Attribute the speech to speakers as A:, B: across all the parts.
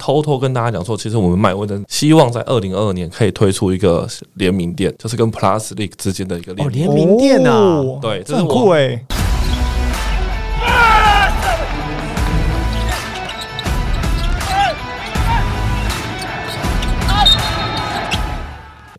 A: 偷偷跟大家讲说，其实我们麦威登希望在二零二二年可以推出一个联名店，就是跟 Plus League 之间的一个联
B: 哦，
A: 名。
C: 哎
B: 联名店啊，
C: 哦
A: 对这
B: 这
A: 是
B: 很
A: 我
B: 酷哎。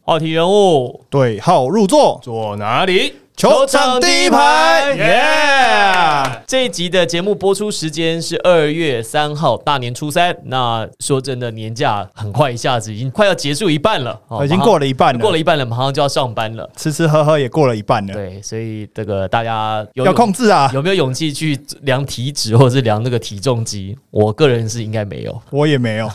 C: 话题人物
B: 对号入座，
C: 坐哪里？
B: 球场第一排
C: 耶！这一集的节目播出时间是二月三号，大年初三。那说真的，年假很快一下子已经快要结束一半了，哦
B: 已经
C: 马上
B: 过了一半了
C: 过了一半了，马上就要上班了。
B: 吃吃喝喝也过了一半了，
C: 对，所以这个大家有
B: 要控制啊！
C: 有没有勇气去量体脂或者是量那个体重机？我个人是应该没有。
B: 我 也没有，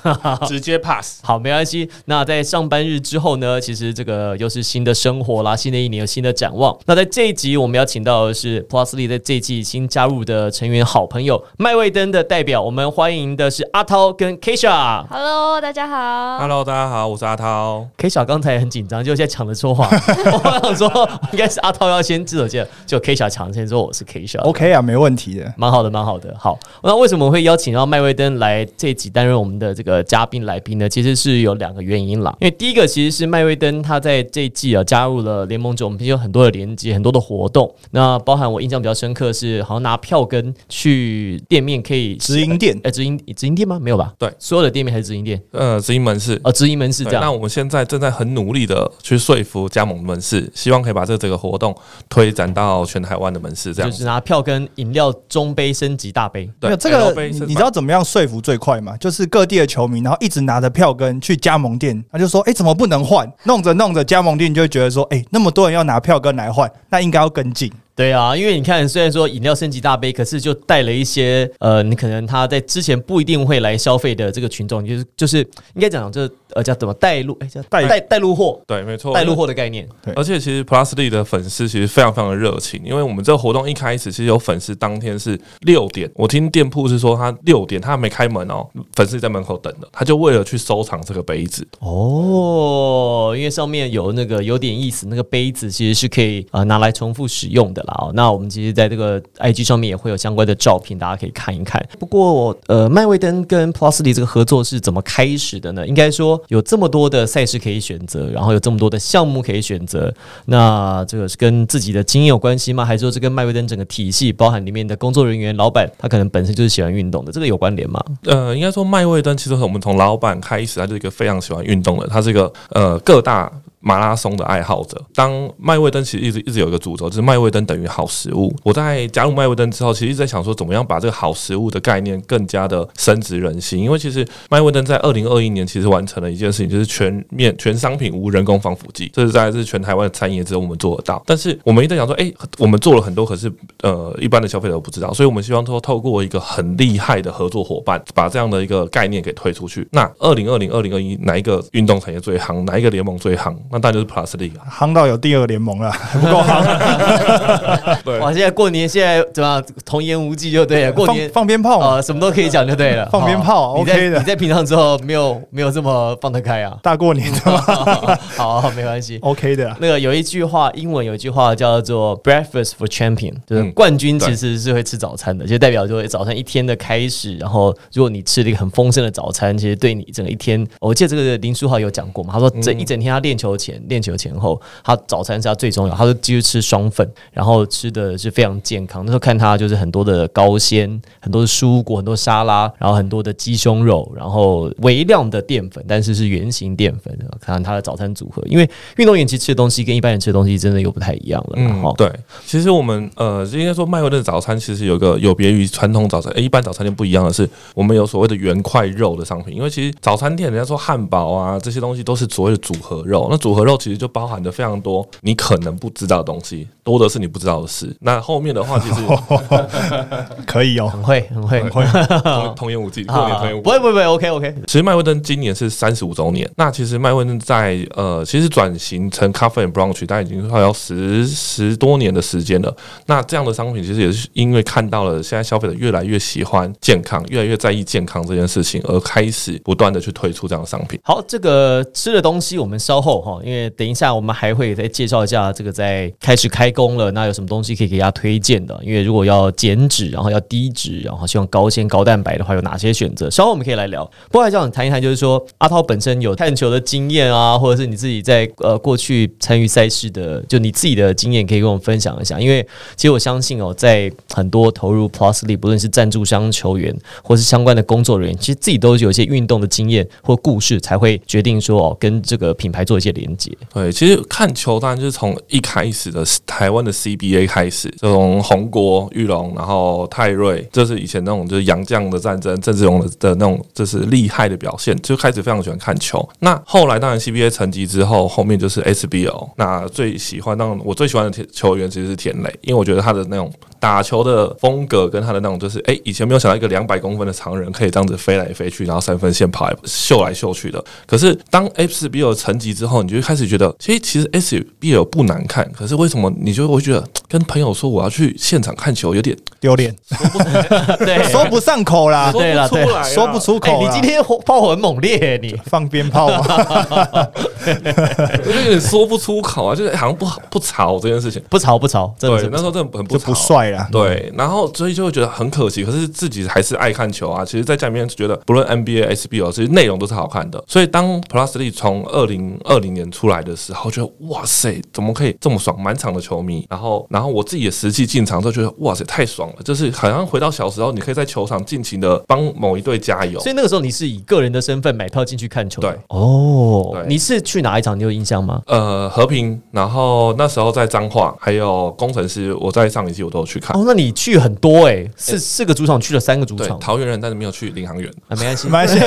D: 直接 pass。
C: 好，没关系。那在上班日之后呢，其实这个又是新的生活啦，新的一年有新的展望。那在这一集我们要请到的是 Plus Lee 在这一季新加入的成员好朋友麦味登的代表，我们欢迎的是阿涛跟 Kisha。
E: Hello，大家好。
A: Hello，大家好，我是阿涛。
C: Kisha 刚才很紧张，就现在抢着说话。 我想说，应该是阿涛要先自我介绍，就 Kisha 抢先说我是 Kisha。
B: OK 啊，没问题的。
C: 蛮好的，蛮好的。好，那为什么会邀请到麦威登来这一集担任我们的这个嘉宾来宾呢？其实是有两个原因啦。因为第一个其实是麦威登他在这一季啊加入了联盟者，我们有很多的连接，很多的活动。那包含我印象比较深刻是，好像拿票根去店面可以
B: 直营店
C: 呃，直营直营店吗？没有吧？
A: 对
C: 所有的店面还是直营店？
A: 呃，直营门市
C: 哦，直营门市这
A: 对，那
C: 样。
A: 我们现在正在很努力的去说服加盟门市，希望可以把这整个活动推展到全台湾的门市，这
C: 就
A: 样
C: 是
A: 子。
C: 拿票根饮料中杯升级大杯，
B: 没
A: 对哎
B: 有，这
A: L
B: 个，
A: 杯
B: 你
A: 是
B: 你知道怎么样说服最快吗？就是各地的球迷，然后一直拿着票根去加盟店，他就说：“哎、怎么不能换？”弄着弄着，加盟店就会觉得说：“哎、那么多人要拿票根来换，那应该要跟进。
C: 对啊，因为你看，虽然说饮料升级大杯，可是就带了一些呃，你可能他在之前不一定会来消费的这个群众，就是就是应该讲这呃叫怎么带路，哎、叫
B: 带
C: 带带路货，
A: 对，没错，
C: 带路货的概念。
B: 对
A: 而且其实 Plus D 的粉丝其实非常非常的热情，因为我们这个活动一开始，其实有粉丝当天是六点，我听店铺是说他六点他还没开门哦，粉丝在门口等了，他就为了去收藏这个杯子，
C: 哦，因为上面有那个有点意思，那个杯子其实是可以呃拿来重复使用的啦。哦，那我们其实在这个 IG 上面也会有相关的照片，大家可以看一看。不过呃，麦味登跟 Plusly 这个合作是怎么开始的呢？应该说有这么多的赛事可以选择，然后有这么多的项目可以选择，那这个是跟自己的经验有关系吗？还是说这跟麦味登整个体系，包含里面的工作人员、老板，他可能本身就是喜欢运动的，这个有关联吗？
A: 呃，应该说麦味登其实我们从老板开始，他就是一个非常喜欢运动的，他是一个呃各大马拉松的爱好者。当麦味登其实一直一直有一个主轴，就是麦味登等于好食物。我在加入麦味登之后，其实一直在想说，怎么样把这个好食物的概念更加的深植人心。因为其实麦味登在二零二一年其实完成了一件事情，就是全面全商品无人工防腐剂，这是在是全台湾的餐饮业只有我们做得到。但是我们一直在想说，哎、我们做了很多，可是呃一般的消费者不知道，所以我们希望说透过一个很厉害的合作伙伴，把这样的一个概念给推出去。那二零二零、二零二一哪一个运动产业最行，哪一个联盟最行？那当然就是 Plus League 啊。”
B: 夯到有第二联盟了，还不够夯，
A: 对
C: 哇，现在过年现在怎么样童言无忌就对了，过
B: 放
C: 年
B: 放鞭炮嘛。
C: 呃，什么都可以讲就对了。
B: 放鞭炮
C: 哦你在
B: OK 的？
C: 你在平常之后没有没有这么放得开啊
B: 大过年的嘛
C: 好，好没关系。
B: ，OK 的啊。
C: 那个有一句话，英文有一句话叫做 “breakfast for champion”，就是
A: 嗯
C: 冠军其
A: 对
C: 实是会吃早餐的，就代表说早上一天的开始，然后如果你吃了一个很丰盛的早餐，其实对你整个一天，哦我记得这个林书豪有讲过嘛，他说这一整天他练球前、练球前后，他早餐是他最重要，他说继续吃双份，然后吃的是非常健康。那时候看他就是很多的高纤，很多的蔬果，很多沙拉，然后很多的鸡胸肉，然后微量的淀粉，但是是原型淀粉。看他的早餐组合，因为运动员其实吃的东西跟一般人吃的东西真的又不太一样了。然后、
A: 嗯对，其实我们呃，应该说麦味登的早餐其实有个有别于传统早餐，哎诶一般早餐店不一样的是，我们有所谓的原块肉的商品，因为其实早餐店人家说汉堡啊这些东西都是所谓的组合肉，那组合肉其实就包含着非常多你可能不知道的东西，多的是你不知道的事。那后面的话其实
B: 可以哦。
C: 很会，很会，很会。
A: 童童言无忌，过年童言无忌
C: 不。会不会不会，OK OK，
A: 嗯其实麦威登今年是三十五周年，那其实麦威登在呃，其实转型成 Coffee and Brunch，大概已经快要十十多年的时间了。那这样的商品其实也是因为看到了现在消费者越来越喜欢健康，越来越在意健康这件事情，而开始不断的去推出这样的商品。
C: 好，这个吃的东西我们稍后哈、哦，因为等一下我们还会再介绍一下这个在开始开工了，那有什么东西可以给大家推荐的？因为如果要减脂，然后要低脂，然后希望高纤高蛋白的话，有哪些选择？稍后我们可以来聊。不过还想谈一谈，就是说阿涛本身有看球的经验啊，或者是你自己在呃过去参与赛事的，就你自己的经验可以跟我们分享一下。因为其实我相信哦，在很多投入 Plus 里，不论是赞助商、球员或是相关的工作人员，其实自己都有一些运动的经验或故事，才会决定说哦跟这个品牌做一些 连接。
A: 对，其实看球当然就是从一开始的台湾的 CBA 开始，这种红国、玉龙，然后泰瑞，这是以前那种就是洋将的战争，郑志龙的的那种就是厉害的表现，就开始非常喜欢看球。那后来当然 CBA 成绩之后，后面就是 SBO。那最喜欢当然我最喜欢的铁球员其实是田磊，因为我觉得他的那种打球的风格跟他的那种就是，哎、以前没有想到一个两百公分的常人可以这样子飞来飞去，然后三分线跑来秀来秀去的。可是当 SBL 成级之后，你就会开始觉得，其实其实 SBL 不难看，可是为什么你就会觉得跟朋友说我要去现场看球有点
B: 丢脸，
C: 对，
B: 说不上口啦，
A: 说
C: 对啦
A: 不出
C: 对
A: 来啊，
B: 说不出
C: 啊哎、
B: 口
C: 你
B: 啦。
C: 今天火炮火很猛烈，你
B: 放鞭 炮嘛？
A: 我就有点说不出口啊，就是好像不好不吵这件事情。
C: 不吵不吵，真的
A: 对
C: 是，
A: 那时候真的很不
B: 就不
A: 吵。
B: 帅啦。
A: 对，然后所以就会觉得很可惜，可是自己还是爱看球啊。其实，在家里面觉得，不论 NBA、SBL，其实内容都是好看的。所以，当 Plus D 从二零二零年出来的时候，觉得哇塞，怎么可以这么爽？满场的球迷，然后，然后我自己也实际进场之后，觉得哇塞，太爽了，就是好像回到小时候，你可以在球场尽情的帮某一队加油
C: 所。以那个时候你是以个人的身份买票进去看球的，
A: 对
C: 哦
A: 对，
C: 你是去哪一场？你有印象吗？
A: 呃，和平，然后那时候在彰化，还有工程师，我在上一季我都有去看。
C: 哦，那你去很多哎、四四个主场去了三个主
A: 对
C: 场，，啊，
A: 桃园人，但是没有去领航员。
C: 没关系
B: 没，关系，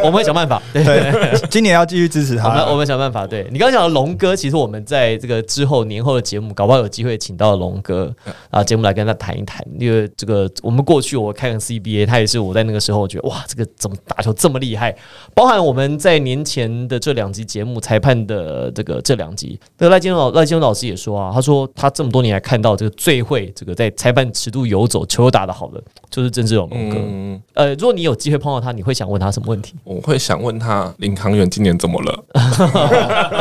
C: 我们会想 办法。 对，
B: 对，今年要继续支持
C: 我
B: 他
C: 们我
B: 啦。
C: 们想办法。对你刚刚讲的龙哥，其实我们在这个之后年后的节目，搞不好有机会请到龙哥啊，节目来跟他谈一谈，因为这个我们过去我看 CBA，他也是我在那个时候我觉得哇，这个怎么打球这么厉害？包含我们在年前的这两集节目，裁判的这个这两集，那个赖金龙老赖金龙老师也说啊，他说他这么多年来看到这个最会这个在裁判尺度游走、球打得好的，就是郑志勇哦龙哥。
A: 嗯，
C: 呃，如果你有机会碰到他，你会想问他什么问题？
A: 我会想问他，领航员今年怎么了？
C: 呃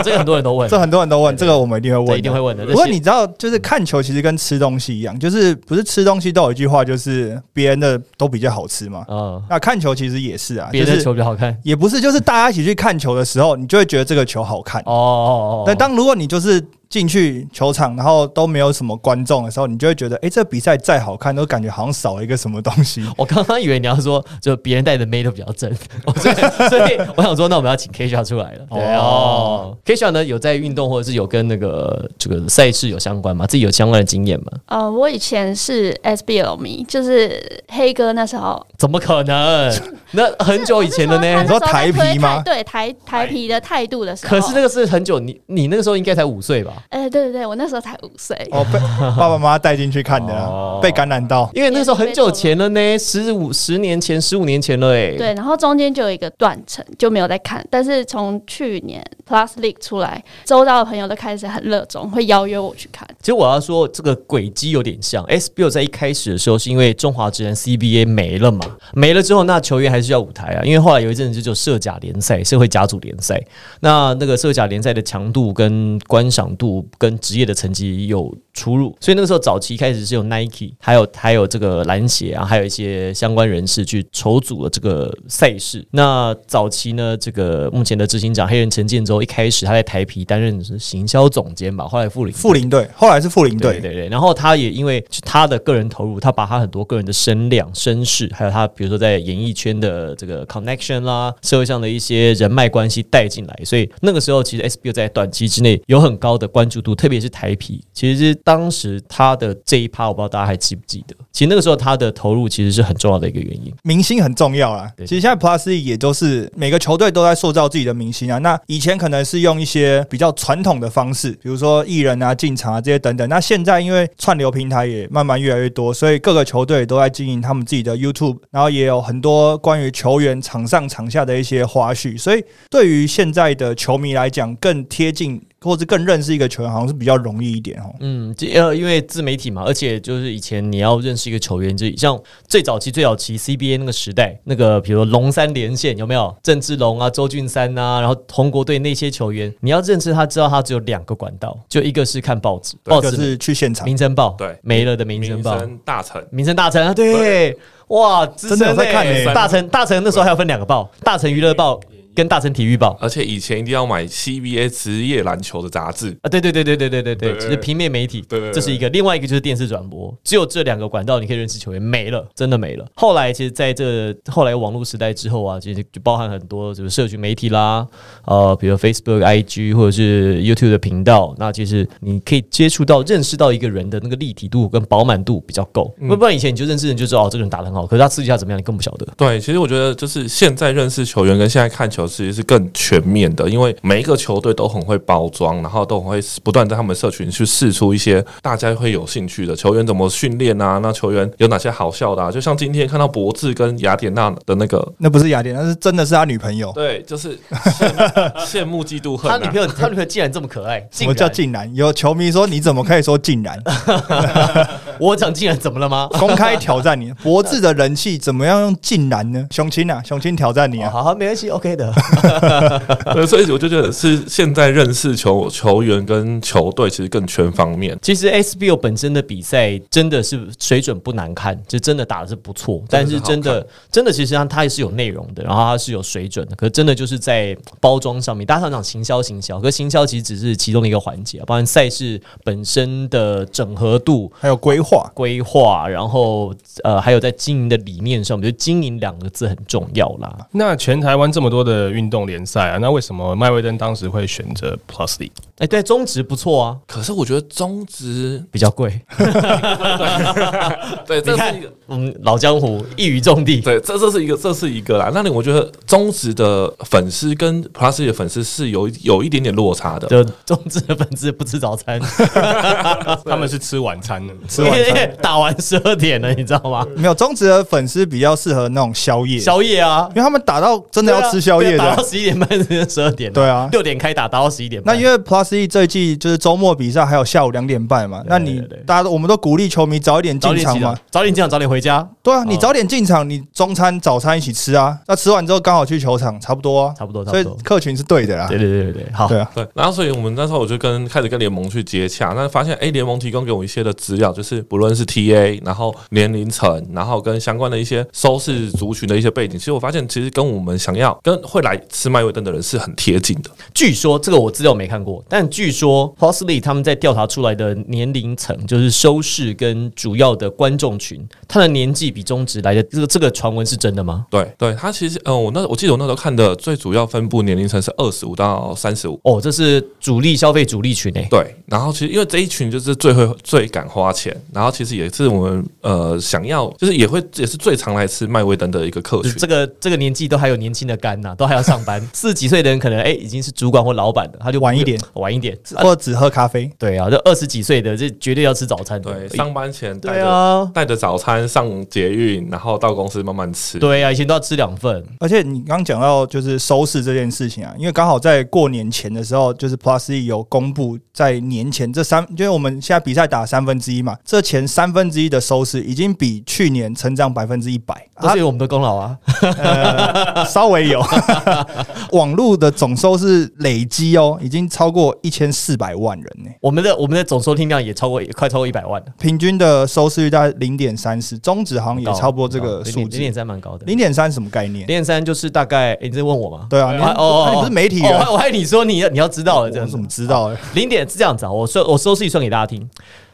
C: 这个很多人都 问，
B: 这很多人都问，这个我们一定会问
C: 这
B: 的，
C: 一定会问的。
B: 不过
C: 这些
B: 你知道，就是看球其实跟吃东西一样，就是不是吃东西都有一句话，就是别人的都比较好吃嘛。
C: 呃，
B: 那看球其实也是啊，
C: 别
B: 就
C: 的
B: 是
C: 球比较好看。
B: 也不是，就是大家一起去看球的时候，你就会觉得这个球好看。
C: 哦哦哦，
B: 但当如果你就是进去球场，然后都没有什么观众的时候，你就会觉得，哎，这比赛再好看，都感觉好像少了一个什么东西。
C: 我刚刚以为你要说，就别人带的妹都比较正， 所以所以我想说，那我们要请 K 笑出来了。对哦，K 笑呢有在运动或者是有跟那个这个赛事有相关吗？自己有相关的经验吗？
D: 呃，我以前是 SBL 迷，就是黑哥那时候，
C: 怎么可能？那很久以前的
D: 我是
C: 呢？
D: 说他那时候
B: 你说台
D: 在
B: 皮吗
D: 推对，台台皮的态度的时候。
C: 可是那，个是很久，你你那个时候应该才五岁吧？
D: 哎、对对对，我那时候才五岁，
B: 哦，被爸爸妈妈带进去看的
C: 哦
B: 啊，被感染到。
C: 因为那时候很久前了呢，十五十年前、十五年前了哎、
D: 对，然后中间就有一个断层，就没有在看。但是从去年 Plus League 出来，周遭的朋友都开始很热衷，会邀约我去看。
C: 其实我要说，这个轨迹有点像 SBL 在一开始的时候，是因为中华职篮 CBA 没了嘛，没了之后，那球员还是要舞台啊，因为后来有一阵子就社甲联赛、社会甲组联赛，那那个社甲联赛的强度跟观赏度跟职业的成绩有出入，所以那个时候早期开始是有 Nike，还有还有这个篮协啊，还有一些相关人士去筹组了这个赛事。那早期呢，这个目前的执行长黑人陈建州一开始他在台皮担任行销总监吧，后来副领
B: 富林队后来是富林
C: 对
B: 队，
C: 对对，然后他也因为他的个人投入，他把他很多个人的声量、身世，还有他比如说在演艺圈的这个 connection 啦，社会上的一些人脉关系带进来，所以那个时候其实 SBU 在短期之内有很高的关注度，特别是台皮。其实当时他的这一趴，我不知道大家还记不记得，其实那个时候他的投入其实是很重要的一个原因。
B: 明星很重要啦。
C: 对
B: 其实现在 Plus 也就是每个球队都在塑造自己的明星啊。那以前可能是用一些比较传统的方式，比如说艺人啊、进场啊这些等等。那现在因为串流平台也慢慢越来越多，所以各个球队都在经营他们自己的 YouTube，然后也有很多关于球员场上场下的一些花絮。所以对于现在的球迷来讲，更贴近或者更认识一个球员，好像是比较容易一点哦。
C: 嗯，这呃，因为自媒体嘛，而且就是以前你要认识一个球员，就像最早期、最早期 CBA 那个时代，那个比如说龙三连线有没有？郑志龙啊、周俊三啊，然后红国队那些球员，你要认识他，知道他只有两个管道，就一个哦是看报纸，
A: 对
C: 报
B: 一个
C: 纸《
B: 是去现场，
C: 民生报》
A: 对
C: 没了的《民生
A: 名
C: 报》，
A: 声大成，
C: 民生大成啊，对，哇，资
B: 真的有
C: 深
B: 在看
C: 欸
B: 欸
C: 大成大成那时候还有分两个报，大成娱乐报跟大成体育报。
A: 而且以前一定要买 CBA 职业篮球的杂志。
C: 啊，对对对对对对对对，
A: 对
C: 只是平面媒体，
A: 对对对
C: 这是一个，另外一个就是电视转播，只有这两个管道你可以认识球员，没了，真的没了。后来其实在这后来网络时代之后啊，其实就包含很多就是社群媒体啦，呃，比如 Facebook、IG 或者是 YouTube 的频道，那其实你可以接触到、认识到一个人的那个立体度跟饱满度比较够，不然以前你就认识人就知道哦，这个人打得很好，可是他私底下怎么样你更不晓得。
A: 对，其实我觉得就是现在认识球员跟现在看球其实是更全面的，因为每一个球队都很会包装，然后都很会不断在他们社群去试出一些大家会有兴趣的球员怎么训练啊，那球员有哪些好笑的啊？就像今天看到博智跟雅典娜的那个，
B: 那不是雅典，那是真的是他女朋友。
A: 对，就是羡慕 羡慕嫉妒恨、
C: 他
A: 啊。
C: 女朋友，他女朋友竟然这么可爱，
B: 什
C: 竟
B: 么叫
C: 然
B: 竟然？有球迷说你怎么可以说 竟然？
C: 我讲竟然怎么了吗？
B: 公开挑 战你，博智的人气怎么样用竟然呢？雄青啊，雄青挑战你
C: 哦
B: 啊！
C: 好好，没关系，OK 的。
A: 对，呃所以我就觉得是现在认识球球员跟球队其实更全方面。
C: 其实 SBO 本身的比赛真的是水准不难看，就真的打的是不错，但是真的真的其实上它也是有内容的，然后它是有水准的，可是真的就是在包装上面，大家常讲行销行销，可是行销其实只是其中的一个环节，啊包含赛事本身的整合度。
B: 还有规划，
C: 规划，然后呃，还有在经营的理念上，我觉得“经营”两个字很重要啦。
E: 那全台湾这么多的运动联赛啊，那为什么麦威登当时会选择 Plus League？
C: 哎、对，中职不错啊，
A: 可是我觉得中职
C: 比较贵。
A: 对，这
C: 你
A: 是
C: 看
A: 一个，
C: 嗯，老江湖一语中的。
A: 对，这这是一个，这是一个啦。那你我觉得中职的粉丝跟 Plus 的粉丝是有有一点点落差的。
C: 就中职的粉丝不吃早餐，
E: 他们是吃晚餐的，
B: 吃晚餐
C: 因为打完十二点了，你知道吗？
B: 没有中职的粉丝比较适合那种宵夜，因
C: 宵夜啊，
B: 为他们打到真的要吃宵夜
C: 对啊打到
B: 的。
C: 十一点半、十二点，
B: 对啊
C: 六点开打，打到十一点
B: 那
C: 半。
B: 因为 Plus E 这一季就是周末比赛，还有下午两点半嘛。那你
C: 对对
B: 大家都我们都鼓励球迷早一点
C: 早
B: 进
C: 点
B: 场
C: 起
B: 嘛
C: 床，。早点进场，早点回家，
B: 对啊，你早点进场，你中餐、早餐一起吃啊。那吃完之后刚好去球场，差不多啊。
C: 差不多，差
B: 所
C: 不
B: 以
C: 多。
B: 客群是对的啦
C: 对。对对对对，好，
B: 对啊，
A: 对，然后所以我们那时候我就跟开始跟联盟去接洽，那发现哎，联盟提供给我一些的资料，就是不论是 TA，然后年龄层，然后跟相关的一些收视族群的一些背景，其实我发现其实跟我们想要跟会来吃麦味登的人是很贴近的。
C: 据说这个我资料没看过，但据说 p o s l e y 他们在调查出来的年龄层，就是收视跟主要的观众群，他的年纪比中职来的，这个这个传闻是真的吗？
A: 对，对，它其实，嗯、我那我记得我那时候看的最主要分布年龄层是二十五到三十五。
C: 哦，这是主力消费主力群诶、
A: 对，然后其实因为这一群就是最会最敢花钱，然后其实也是我们呃想要，就是也会也是最常来吃麦味登的一个客
C: 就
A: 群
C: 是。这个这个年纪都还有年轻的肝呐、都还要上班。四十几岁的人可能哎、已经是主管或老板了，他就
B: 晚一点，哦
C: 晚一点。啊
B: 或者只喝咖啡。
C: 对啊，这二十几岁的这绝对要吃早餐的。
A: 对，
C: 哎
A: 上班前带
C: 对
A: 着
C: 啊，
A: 带着早餐上捷运，然后到公司慢慢吃。
C: 对啊，以前都要吃两份。
B: 而且你刚讲到就是收视这件事情啊，因为刚好在过年前的时候，就是 Plus E 有公布在年前这三，因为我们现在比赛打三分之一嘛，这前三分之一的收视已经比去年成长百分之一百，
C: 都是有我们的功劳啊！
B: 呃，稍微有 网络的总收视累积哦，已经超过一千四百万人呢、
C: 我们的我们的总收听量也超过，也快超过一百万了，
B: 平均的收视率大概零点三四，中指好像也差不多这个数
C: 零点
B: 字。
C: 三蛮高的。
B: 零
C: 零
B: 点三什么概念？
C: 点三就是大概，哎，你在问我吗？
B: 对啊，你
C: 啊
B: 那你不是媒体人，
C: 哦我还我还你说你要你要知道了，这
B: 我
C: 样
B: 怎
C: 子
B: 么知道？
C: 零点是这样子啊，我算我收视率算给大家听。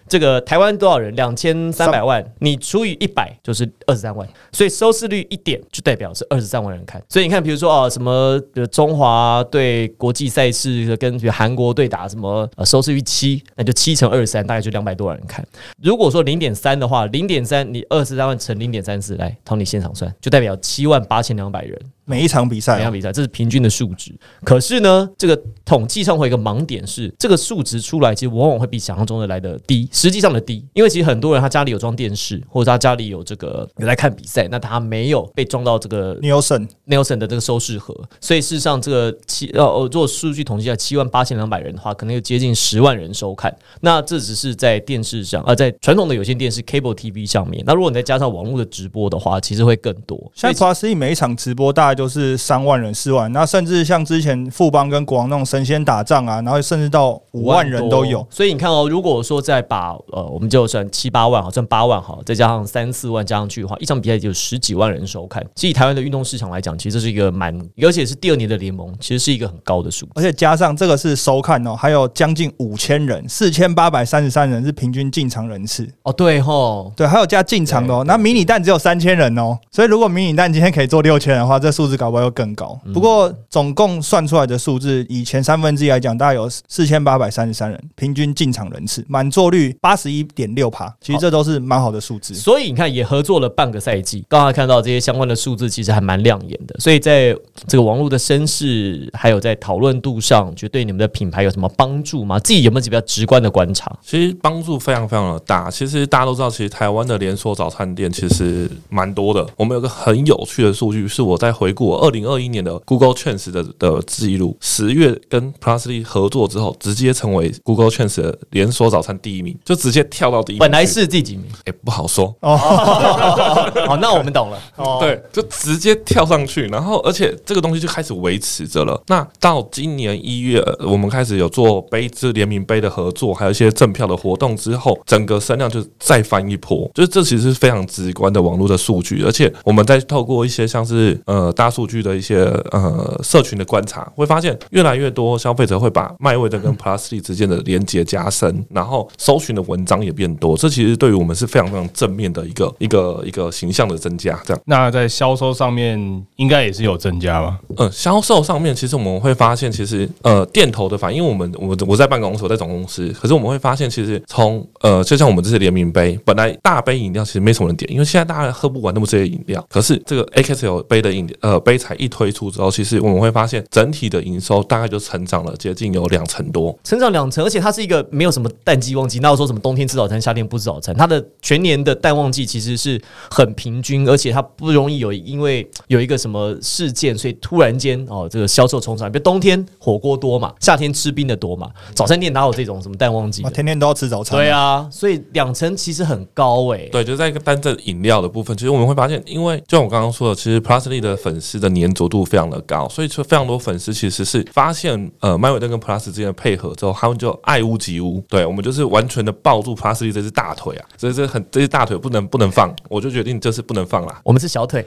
C: 这个台湾多少人？两千三百万，你除以一百就是二十三万，所以收视率一点就代表是二十三万人看。所以你看，比如说啊，什么呃中华对国际赛事跟比如韩国队打什么，呃收视率七，那就七乘二十三，大概就两百多万人看。如果说零点三的话，零点三你二十三万乘零点三四，来，从你现场算，就代表七万八千两百人。
B: 每一场比赛
C: 每
B: 哦、
C: 场比赛，这是平均的数值。可是呢，这个统计上会有一个盲点是，这个数值出来其实往往会比想象中的来的低，实际上的低。因为其实很多人他家里有装电视，或者他家里有这个有在看比赛，那他没有被装到这个
B: Nielsen
C: Nelson 的这个收视盒，所以事实上这个七呃，哦如果数据统计下七万八千两百人的话，可能有接近十万人收看。那这只是在电视上，呃，在传统的有线电视 cable TV 上面。那如果你再加上网络的直播的话，其实会更多。所
B: 现
C: 以
B: 在 Plus E 每一场直播大概就是三万人、四万，那甚至像之前富邦跟国王那种神仙打仗啊，然后甚至到五万人都有
C: 多。。所以你看哦，如果说再把呃，我们就算七八万好，算八万好，再加上三四万加上去的话，一场比赛就有十几万人收看。其实以台湾的运动市场来讲，其实这是一个蛮，而且是第二年的联盟，其实是一个很高的数。
B: 而且加上这个是收看哦，还有将近五千人，四千八百三十三人是平均进场人次，
C: 哦，对吼，
B: 对，还有加进场的哦。那迷你蛋只有三千人哦，所以如果迷你蛋今天可以做六千人的话，这数字搞不好又更高。不过总共算出来的数字，以前三分之一来讲，大概有四千八百三十三人平均进场人次，满座率八十一点六趴，其实这都是蛮好的数字。
C: 所以你看，也合作了半个赛季。刚才看到这些相关的数字，其实还蛮亮眼的。所以在这个网络的声势，还有在讨论度上，觉得对你们的品牌有什么帮助吗？自己有没有比较直观的观察？
A: 其实帮助非常非常的大。其实大家都知道，其实台湾的连锁早餐店其实蛮多的。我们有个很有趣的数据，是我在回顾我二零二一年的 Google Trends 的的记录，十月跟 Plusly 合作之后，直接成为 Google Trends 的连锁早餐第一名，就直接跳到第一名去。
C: 本来是第 几名？
A: 哎、不好说，
C: 好，那我们懂了。
A: 对，就直接跳上去，然后而且这个东西就开始维持着了。那到今年一月，呃我们开始有做杯子联名杯的合作，还有一些赠票的活动之后，整个声量就再翻一波。就是这其实是非常直观的网络的数据，而且我们在透过一些像是呃大数据的一些呃社群的观察，会发现越来越多消费者会把麦味登跟 Plusly 之间的连接加深，然后搜寻的文章也变多。这其实对于我们是非常非常正面的一个一个一个形象的增加，这样。
E: 那在销售上面应该也是有增加吧？
A: 呃，销售上面其实我们会发现，其实呃，店头的反应，因为我们我我在办公室，我在总公司，可是我们会发现，其实从呃，就像我们这些联名杯，本来大杯饮料其实没什么人点，因为现在大家喝不完那么这些饮料，可是这个 AKL 杯的饮呃杯才一推出之后，其实我们会发现整体的营收大概就成长了接近有两成多，
C: 成长两成，而且它是一个没有什么淡季旺季，那我说什么冬天吃早餐，夏天不吃早餐，它的全年的淡旺季其实是很平均，而且它不容易有因为有一个什么事件，所以突然间哦这个销售冲上来，比如冬天火锅多嘛，夏天吃冰的多嘛，早餐店哪有这种什么淡旺季
B: 我
C: 的？
B: 天天都要吃早餐。
C: 对，啊，所以两成其实很高欸诶、
A: 对，就在一个单正饮料的部分，其实我们会发现，因为就像我刚刚说的，其实 Plusly 的粉丝的粘着度非常的高，所以说非常多粉丝其实是发现呃麦伟登跟 Plus 之间的配合之后，他们就爱屋及乌。对我们就是完全的抱住 Plusly 这只大腿啊，所以这很这只大腿不能不能放，我就决定这是不能放啦。
C: 我们是小腿，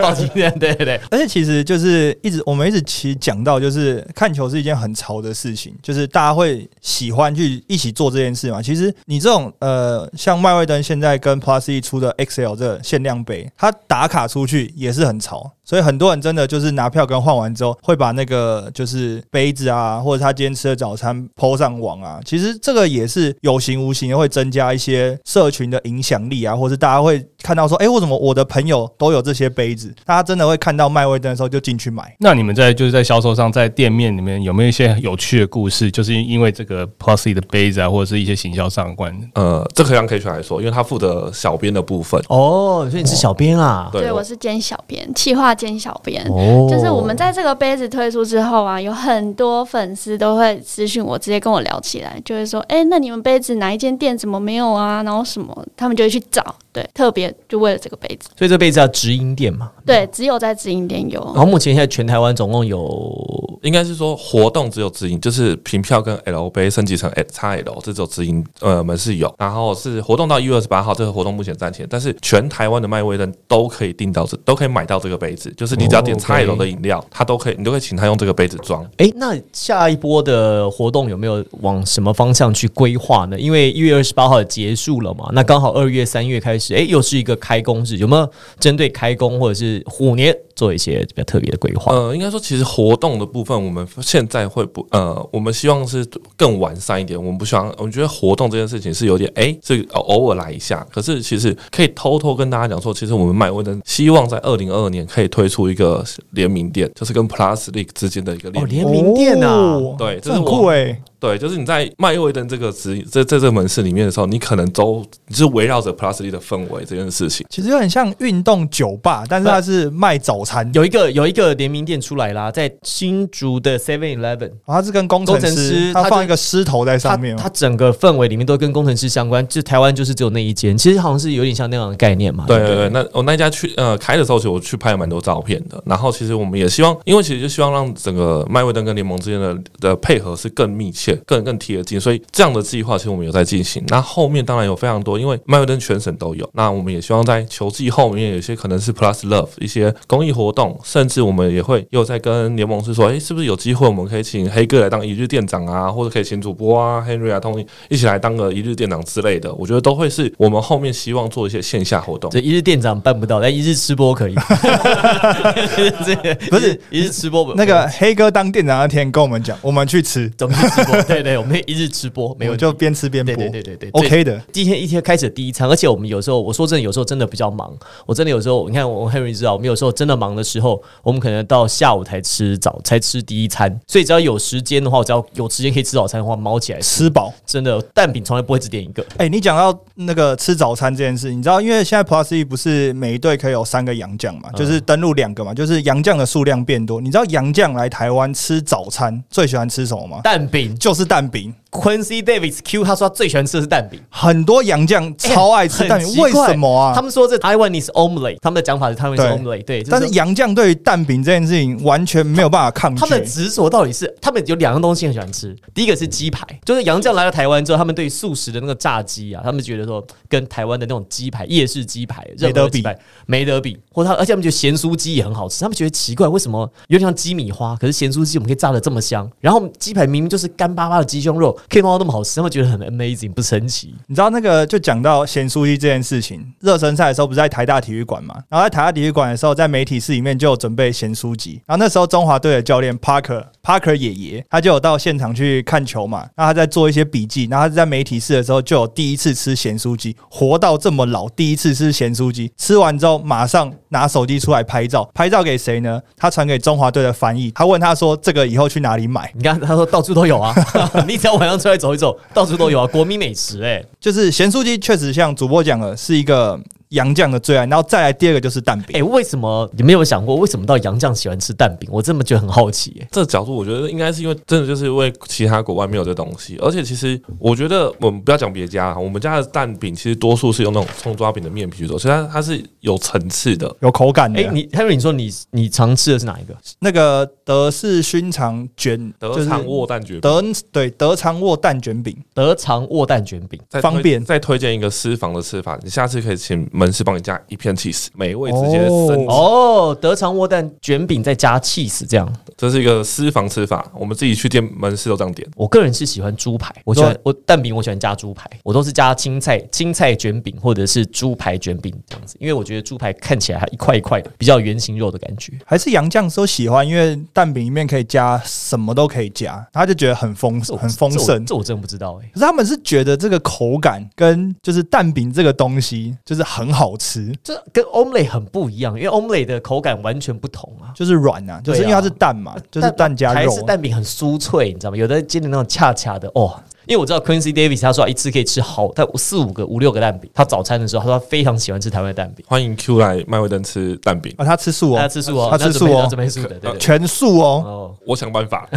C: 抱歉，对对对，
B: 而且其实就是一直我们一直其实讲到，就是看球是一件很潮的事情，就是大家会喜欢去一起做这件事嘛。其实你这种呃，像麦味登现在跟 Plus E 出的 XL 这个限量杯，它打卡出去也是很潮，所以很多人真的就是拿票跟换完之后，会把那个就是杯子啊，或者他今天吃的早餐抛上网啊。其实这个也是有形无形的会增加一些社群的影响力啊，或是大家会看到说，哎、为什么我的朋友都有这些杯子？大家真的会看到卖味灯的时候就进去买。
E: 那你们在就是在销售上，在店面里面有没有一些有趣的故事？就是因为这个 Plusy 的杯子啊，或者是一些行销上的关。
A: 呃，这可以让 K 来说，因为他负责小编的部分。
C: 哦，所以你是小编啊，
A: 对哦
D: 对，我是兼小编，企划兼小编。
C: 哦
D: 就是我们在这个杯子推出之后啊，有很多粉丝都会私讯我，直接跟我聊起来，就会说：“哎、那你们杯子哪一间店怎么没有啊？然后什么，他们就会去找。”对，特别就为了这个杯子，
C: 所以这辈子叫直营店嘛，
D: 对，只有在直营店有。
C: 然后目前现在全台湾总共有
A: 应该是说活动只有直营，就是凭票跟 L 杯升级成 XL，这只有直营呃门市有。然后是活动到一月二十八号，这个活动目前暂停，但是全台湾的麦威登都可以订到这，都可以买到这个杯子，就是你只要点
C: 哦
A: XL
C: OK
A: 的饮料，它都可以，你都可以请他用这个杯子装。
C: 诶，那下一波的活动有没有往什么方向去规划呢？因为一月二十八号结束了嘛，那刚好二月、三月开始，诶，又是一个开工日，有没有针对开工或者是虎年做一些比较特别的规划？
A: 呃，应该说，其实活动的部分，我们现在会不呃，我们希望是更完善一点。我们不希望，我们觉得活动这件事情是有点哎、是呃偶尔来一下。可是其实可以偷偷跟大家讲说，其实我们麦威登希望在二零二二年可以推出一个联名店，就是跟 Plus League 之间的一个联
C: 哦，
A: 名。
C: 联名店啊，
B: 呃哦
A: 对这
B: 这
A: 是
B: 很
A: 我
B: 酷哎，
A: 对，就是你在麦威登这个职这在这个门市里面的时候，你可能都你是围绕着 Plus League 的氛围这件事情。
B: 其实有点像运动酒吧，但是它是卖早餐，
C: 有一个有一个联名店出来啦，在新竹的 Seven Eleven。
B: 哦它是跟工
C: 工程
B: 师，
C: 师
B: 它
C: 它
B: 放
C: 就
B: 一个狮头在
C: 它
B: 上面哦，
C: 它整个氛围里面都跟工程师相关，就台湾就是只有那一间，其实好像是有点像那样的概念嘛。
A: 对
C: 不
A: 对对，那我那一家去呃开的时候，其实我去拍了蛮多照片的。然后其实我们也希望，因为其实就希望让整个麦味登跟联盟之间的的配合是更密切、更更贴近，所以这样的计划其实我们有在进行。那后面当然有非常多，因为麦味登全省都有。那我们也希望在球季后面有些可能是 Plus Love 一些公益活动，甚至我们也会又在跟联盟是说，诶，是不是有机会我们可以请黑哥来当一日店长啊，或者可以请主播啊、Henry 啊、Tony 一起来当个一日店长之类的。我觉得都会是我们后面希望做一些线下活动。
C: 这一日店长办不到，但一日吃播可以。 这个
B: 不是
C: 一日吃播，
B: 那个黑哥当店长那天跟我们讲，我们去吃，
C: 怎么去直播？对对，我们一日吃播，没
B: 我
C: 有
B: 们就边吃边播
C: 对对对对对
B: ，OK 的。
C: 第一天一天开始的第一餐，而且我们有时候我说真的，有时候真的比较忙。我真的有时候，你看我 Henry 知道，我们有时候真的忙的时候，我们可能到下午才吃早才吃第一餐。所以只要有时间的话，我只要有时间可以吃早餐的话，猫起来吃
B: 吃饱，
C: 真的蛋饼从来不会只点一个。
B: 哎、你讲到那个吃早餐这件事，你知道，因为现在 Plus E 不是每一队可以有三个洋将
C: 嗯
B: 嘛，就是登录两个嘛，就是洋将的数量变多。你知道洋将来台湾吃早餐最喜欢吃什么吗？
C: 蛋饼
B: 就是蛋饼，
C: ，Quincy Davis Q 他说他最喜欢吃的是蛋饼。
B: 很多洋将超爱吃
C: 哎很
B: 蛋饼，
C: 奇怪
B: 为什么啊？
C: 他们说这 Taiwanese omelette，他们的讲法是 Taiwanese
B: 对
C: omelette，对，就
B: 但
C: 说
B: 是洋将对于蛋饼这件事情完全没有办法抗拒。
C: 他们的执着到底是，他们有两样东西很喜欢吃，第一个是鸡排，就是杨绛来到台湾之后，他们对素食的那个炸鸡啊，他们觉得说跟台湾的那种鸡排、夜市鸡排、任何鸡排没得比，或者他而且他们觉得咸酥鸡也很好吃，他们觉得奇怪，为什么有点像鸡米花，可是咸酥鸡我们可以炸的这么香，然后鸡排明明就是干巴巴的鸡胸肉，可以弄到那么好吃，他们觉得很 amazing，不神奇。
B: 你知道那个就讲到咸酥鸡这件事情，热身赛的时候不是在台大体育馆嘛？然后在台大体育馆的时候，在媒体室里面就有准备咸酥鸡。然后那时候中华队的教练 Parker Parker 爷爷，他就有到现场去看球嘛。那他在做一些笔记，然后他在媒体室的时候就有第一次吃咸酥鸡，活到这么老第一次吃咸酥鸡，吃完之后马上拿手机出来拍照，拍照给谁呢？他传给中华队的翻译，他问他说：“这个以后去哪里买？”
C: 你看他说到处都有 啊，你只要晚上出来走一走，到处都有啊，国民美食哎、
B: 就是咸酥鸡确实像主播讲的，是一个洋酱的最爱。然后再来第二个就是蛋饼，
C: 哎、为什么你没有想过为什么到杨绛喜欢吃蛋饼？我真的觉得很好奇、哎耶。
A: 这角度，我觉得应该是因为真的就是因为其他国外没有这东西，而且其实我觉得我们不要讲别家啊，我们家的蛋饼其实多数是用那种葱抓饼的面皮去做，所以它它是有层次的。
B: 有口感的。
C: 哎、你 Henry，你说你你常吃的是哪一个？
B: 那个德式熏肠卷，
A: 德
B: 就
A: 肠
B: 是
A: 沃蛋卷饼
B: 德对德肠沃蛋卷饼，
C: 德肠沃蛋卷饼。
A: 再推
B: 方便
A: 再推荐一个私房的吃法，你下次可以请门市帮你加一片 cheese，美味直接升级。
C: 哦，德肠沃蛋卷饼再加 cheese 这样。
A: 这是一个私房吃法，我们自己去店门市都这样点。
C: 我个人是喜欢猪排，我喜欢我蛋饼，我喜欢加猪排，我都是加青菜青菜卷饼或者是猪排卷饼这样子，因为我觉得猪排看起来还一块一块的，比较圆形肉的感觉。
B: 还是洋酱都喜欢，因为蛋饼里面可以加什么都可以加，他就觉得很丰
C: 这我
B: 很丰
C: 这我
B: 盛。
C: 这我真的不知道哎、
B: 可是他们是觉得这个口感跟就是蛋饼这个东西就是很好吃，
C: 这跟 omelette 很不一样，因为 omelette 的口感完全不同啊。
B: 就是软啊，就是因为它是蛋嘛，就是蛋加
C: 台
B: 肉
C: 式
B: 啊。
C: 蛋饼很酥脆，你知道吗？有的煎的那种恰恰的哦。因为我知道 Quincy Davis 他说他一次可以吃好，他四五个、五六个蛋饼。他早餐的时候，他说他非常喜欢吃台湾的蛋饼。
A: 欢迎 Q 来麦味登吃蛋饼，
B: 啊，他吃素
C: 他
B: 哦，
C: 吃素哦，
B: 他吃素
C: 他
B: 哦
C: 准，备素的，对对对。
B: 全素哦。
C: 哦，
A: 我想办法。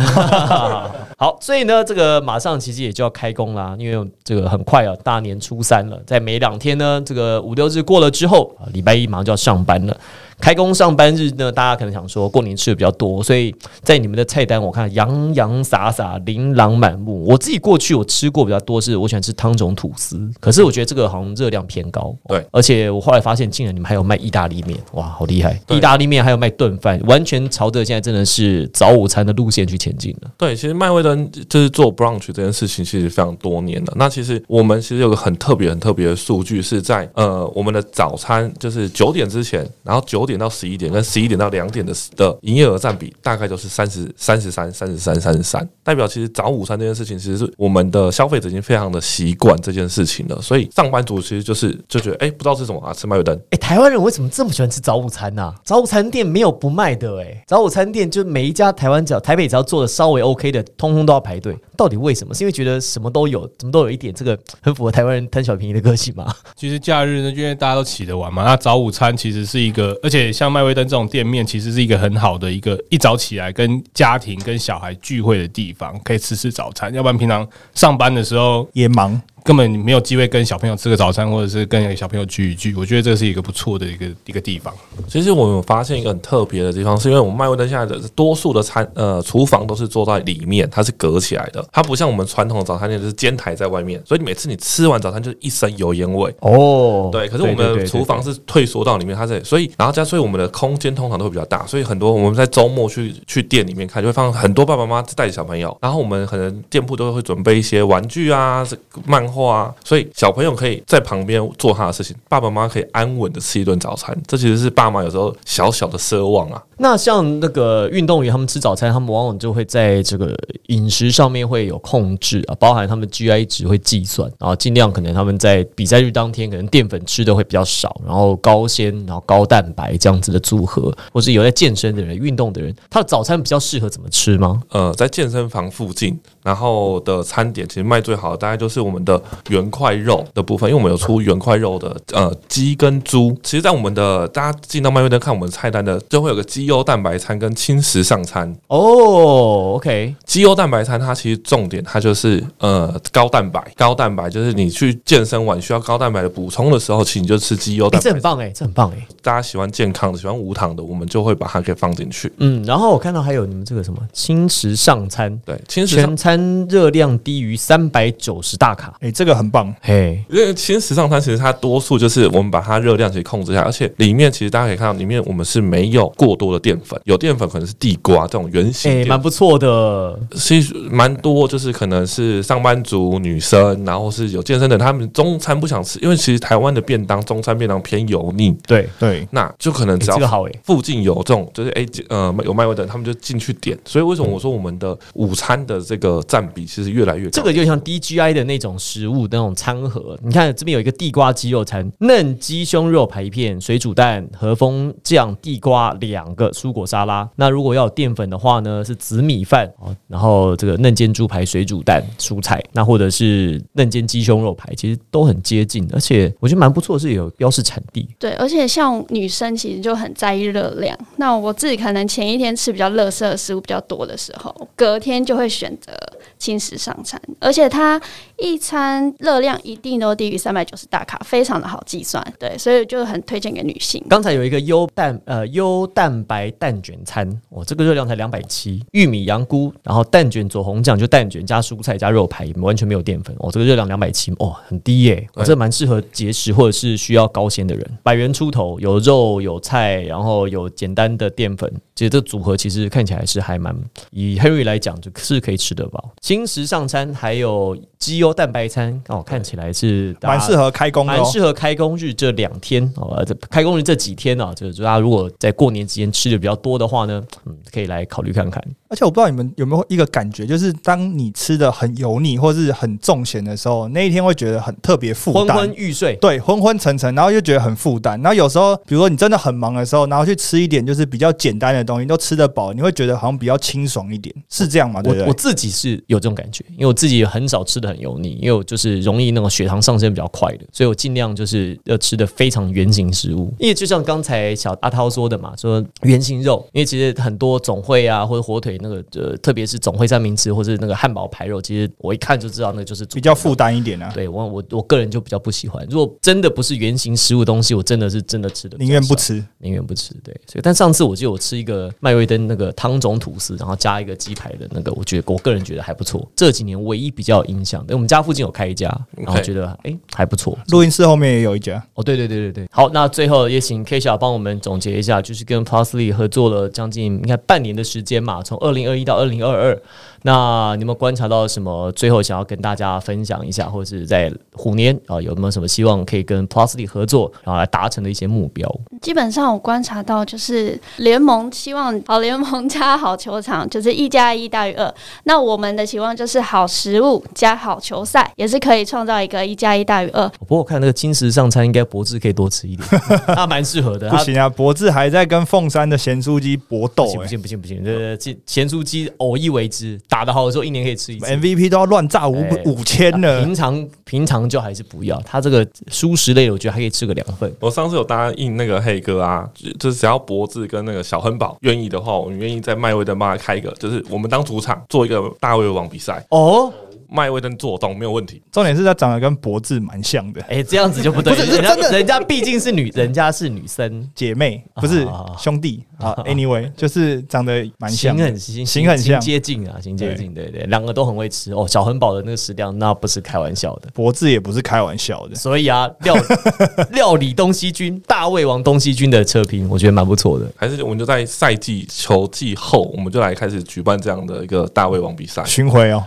C: 好，所以呢，这个马上其实也就要开工啦，因为这个很快啊，大年初三了，在没两天呢，这个五六日过了之后，啊礼拜一马上就要上班了。开工上班日呢，大家可能想说过年吃的比较多，所以在你们的菜单我看洋洋洒洒、琳琅满目。我自己过去我吃过比较多是，我喜欢吃汤种吐司，可是我觉得这个好像热量偏高。
A: 对
C: 而且我后来发现，竟然你们还有卖意大利面，哇，好厉害！
A: 对
C: 意大利面还有卖炖饭，完全朝着现在真的是早午餐的路线去前进了。
A: 对，其实麦味登就是做 brunch 这件事情，其实非常多年了。那其实我们其实有个很特别、很特别的数据，是在呃我们的早餐就是九点之前，然后九九点到十一点跟十一点到两点的的营业额占比大概就是三十三十三、三十三、三十三，代表其实早午餐这件事情，其实是我们的消费者已经非常的习惯这件事情了。所以上班族其实就是就觉得，哎、不知道吃什么啊，吃麦味登。
C: 哎、台湾人为什么这么喜欢吃早午餐呐、啊早午餐店没有不卖的哎、早午餐店就每一家台湾只要台北只要做的稍微 OK 的，通通都要排队。到底为什么？是因为觉得什么都有，怎么都有一点，这个很符合台湾人贪小便宜的个性嘛？
E: 其实假日呢，就因为大家都起得晚嘛，那早午餐其实是一个，而且像麦威登这种店面，其实是一个很好的一个一早起来跟家庭跟小孩聚会的地方，可以吃吃早餐。要不然平常上班的时候
B: 也忙。
E: 根本没有机会跟小朋友吃个早餐，或者是跟小朋友聚一聚。我觉得这是一个不错的一个一个地方。
A: 其实我们有发现一个很特别的地方，是因为我们麦味登现在的多数的餐呃厨房都是坐在里面，它是隔起来的，它不像我们传统的早餐店就是煎台在外面，所以你每次你吃完早餐就是一身油烟味。
C: 哦，
A: 对，可是我
E: 对对
A: 们
E: 对
A: 厨房是退缩到里面，它是所以，然后加所以我们的空间通常都会比较大，所以很多我们在周末去去店里面看，就会放很多爸爸妈妈带着小朋友，然后我们可能店铺都会准备一些玩具啊、这漫画啊，所以小朋友可以在旁边做他的事情，爸爸妈妈可以安稳的吃一顿早餐，这其实是爸妈有时候小小的奢望啊。
C: 那像那个运动员，他们吃早餐，他们往往就会在这个饮食上面会有控制啊，包含他们 GI 值会计算，然后尽量可能他们在比赛日当天，可能淀粉吃的会比较少，然后高纤，然后高蛋白这样子的组合，或是有在健身的人、运动的人，他的早餐比较适合怎么吃吗？
A: 呃，在健身房附近，然后的餐点其实卖最好的大概就是我们的圆块肉的部分，因为我们有出圆块肉的呃鸡跟猪。其实，在我们的大家进到麦味登看我们菜单的，就会有个鸡优蛋白餐跟轻食上餐。
C: 哦、o k
A: 鸡优蛋白餐它其实重点它就是呃高蛋白，高蛋白就是你去健身完需要高蛋白的补充的时候，其实你就吃鸡优
C: 哎、
A: 蛋
C: 这
A: 白。
C: 很棒哎、这很棒哎、
A: 大家喜欢健康的，喜欢无糖的，我们就会把它给放进去。
C: 嗯，然后我看到还有你们这个什么轻食上餐，
A: 对，轻食上
C: 全餐热量低于三百九十大卡，哎
B: 哎、这个很棒，
C: 嘿，
A: 因为其实时尚餐其实它多数就是我们把它热量其实控制下来，而且里面其实大家可以看到，里面我们是没有过多的淀粉，有淀粉可能是地瓜这种圆形
C: 哎、
A: 淀
C: 蛮
A: 粉，
C: 不错的。
A: 其实蛮多就是可能是上班族女生，然后是有健身的，他们中餐不想吃，因为其实台湾的便当中餐便当偏油腻，
C: 对，
B: 对，
A: 那就可能
C: 欸
A: 只
C: 这个
A: 要
C: 好哎、
A: 附近有这种就是哎、呃有麦味的，他们就进去点，所以为什么我说我们的午餐的这个占比其实越来越高？
C: 这个就像 DGI 的那种食物的那种餐盒，你看这边有一个地瓜鸡肉餐，嫩鸡胸肉排片、水煮蛋、和风酱、地瓜两个、蔬果沙拉。那如果要有淀粉的话呢，是紫米饭哦，然后这个嫩煎猪排、水煮蛋、蔬菜，那或者是嫩煎鸡胸肉排，其实都很接近，而且我觉得蛮不错，是有标示产地。
D: 对，而且像女生其实就很在意热量。那我自己可能前一天吃比较垃圾的食物比较多的时候，隔天就会选择轻食上餐，而且它一餐热量一定都低于三百九十大卡，非常的好计算。对，所以就很推荐给女性。
C: 刚才有一个优蛋呃优蛋白蛋卷餐，我、这个热量才两百七，玉米、羊菇，然后蛋卷佐红酱就蛋卷加蔬菜加肉排，完全没有淀粉，哦，这个热量两百七，哦，很低耶、我、这蛮适合节食或者是需要高纤的人，百元出头，有肉有菜，然后有简单的淀粉，其实这组合其实看起来是还蛮以 Henry 来讲就是可以吃得饱。轻食上餐还有鸡优蛋白餐，哦，看起来是大家
B: 蛮适合开工的、
C: 蛮
B: 哦。
C: 适合开工日这两天哦，这开工日这几天啊，就是大家如果在过年期间吃的比较多的话呢，嗯，可以来考虑看看。
B: 而且我不知道你们有没有一个感觉，就是当你吃的很油腻或是很重咸的时候，那一天会觉得很特别负
C: 昏
B: 担。
C: 昏欲睡，
B: 对，昏昏沉沉，然后又觉得很负担。然后有时候，比如说你真的很忙的时候，然后去吃一点就是比较简单的东西，都吃得饱，你会觉得好像比较清爽一点，是这样吗？对不
C: 我我
B: 对？
C: 自己是有这种感觉，因为我自己很少吃的很油腻，因为我就是容易那种血糖上升比较快的，所以我尽量就是要吃的非常圆形食物。因为就像刚才小阿涛说的嘛，说圆形肉，因为其实很多总会啊或者火腿那个呃，特别是总会三明治或是那个汉堡排肉，其实我一看就知道那就是
B: 比较
C: 负。
B: 负担一点啊，
C: 对我我我个人就比较不喜欢，如果真的不是原型食物的东西，我真的是真的吃的
B: 宁愿不，吃。
C: 宁愿不吃。对，所以但上次我记得我吃一个麦味登那个汤种吐司，然后加一个鸡排的那个，我觉得我个人觉得还不错。这几年唯一比较有影响的，我们家附近有开一家，然后
A: OK
C: 觉得哎、还不错。
B: 录音室后面也有一家，
C: 哦，对对对对对，好，那最后也请 K 小帮我们总结一下，就是跟 Plusly 合作了将近应该半年的时间嘛，从二零二一到二零二二，那你有没有观察到什么？最后想要跟大家分享一下，或者是在虎年啊、有没有什么希望可以跟 Plusly 合作，然后来达成的一些目标？
D: 基本上我观察到，就是联盟希望好联盟加好球场，就是一加一大于二。那我们的期望就是好食物加好球赛，也是可以创造一个一加一大于二。
C: 不过我看那个金石上餐，应该博智可以多吃一点，他蛮适合的。
B: 不
C: 他
B: 行啊，博智还在跟凤山的咸酥鸡搏斗、
C: 不行不
B: 欸
C: 行不行不行，这这咸猪鸡偶一为之，打得好的时候一年可以吃一次。
B: ，MVP 都要乱炸五
C: 哎
B: 五千了
C: 平。常平常就还是不要，他这个蔬食类的，我觉得还可以吃个两份。
A: 我上次有答应那个黑哥啊，就就是只要博智跟那个小亨堡愿意的话，我们愿意在麦威登帮他开一个，就是我们当主场做一个大胃王比赛，
C: 哦，
A: 麦威登做动没有问题。
B: 重点是他长得跟博智蛮像的，
C: 哎，这样子就不对，
B: 不是是
C: 人家
B: 真的
C: 人家毕竟是女，人家是女生，
B: 姐妹不是
C: 啊
B: 兄弟 啊。Anyway，就是长得蛮像
C: 型
B: 的，
C: 很型
B: 型很像。
C: 接近啊，型接近，对对，两个都很会吃哦。小恒宝的那个食量，那不是开玩笑的。
B: 博智也不是开玩笑的。
C: 所以啊，料 料理东西君大胃王东西君的测评，我觉得蛮不错的。
A: 还是我们就在赛季球季后，我们就来开始举办这样的一个大胃王比赛。
B: 巡回 哦，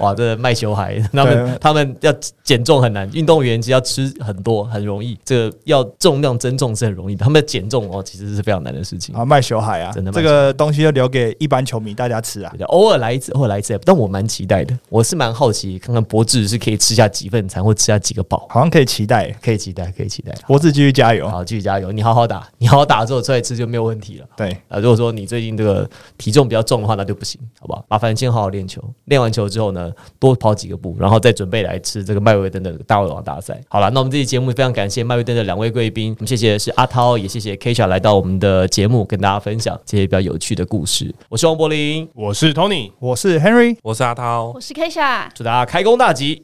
C: 哇，这卖球孩， 他们
B: 对啊
C: 他们要减重很难，运动员其实要吃很多很容易，这个要重量增重是很容易的，他们的减重哦其实是非常难的事情。
B: 啊，卖小海啊
C: 真的，卖
B: 这个东西就留给一般球迷大家吃啊。
C: 对的偶尔来一次，偶尔来一次，但我蛮期待的。我是蛮好奇，看看博智是可以吃下几份餐，或吃下几个饱，
B: 好像可以期待，
C: 可以期待，可以期待。
B: 博智继续加油。
C: 好，继续加油，你好好打，你好好打之后出来吃就没有问题了。
B: 对，
C: 啊，如果说你最近这个体重比较重的话，那就不行，好不好？麻烦先好好练球，练完球之后呢，多跑几个步，然后再准备来吃这个麦威登的大胃王大赛。好了，那我们这期节目非常感谢麦威登的两位贵宾，我们谢谢是阿涛，也谢谢 K 小来到我们的节目，跟大家分享这些比较有趣的故事。我是王柏林，
E: 我是 Tony，
B: 我是 Henry，
A: 我是阿涛，
D: 我是 K 夏，
C: 祝大家开工大吉！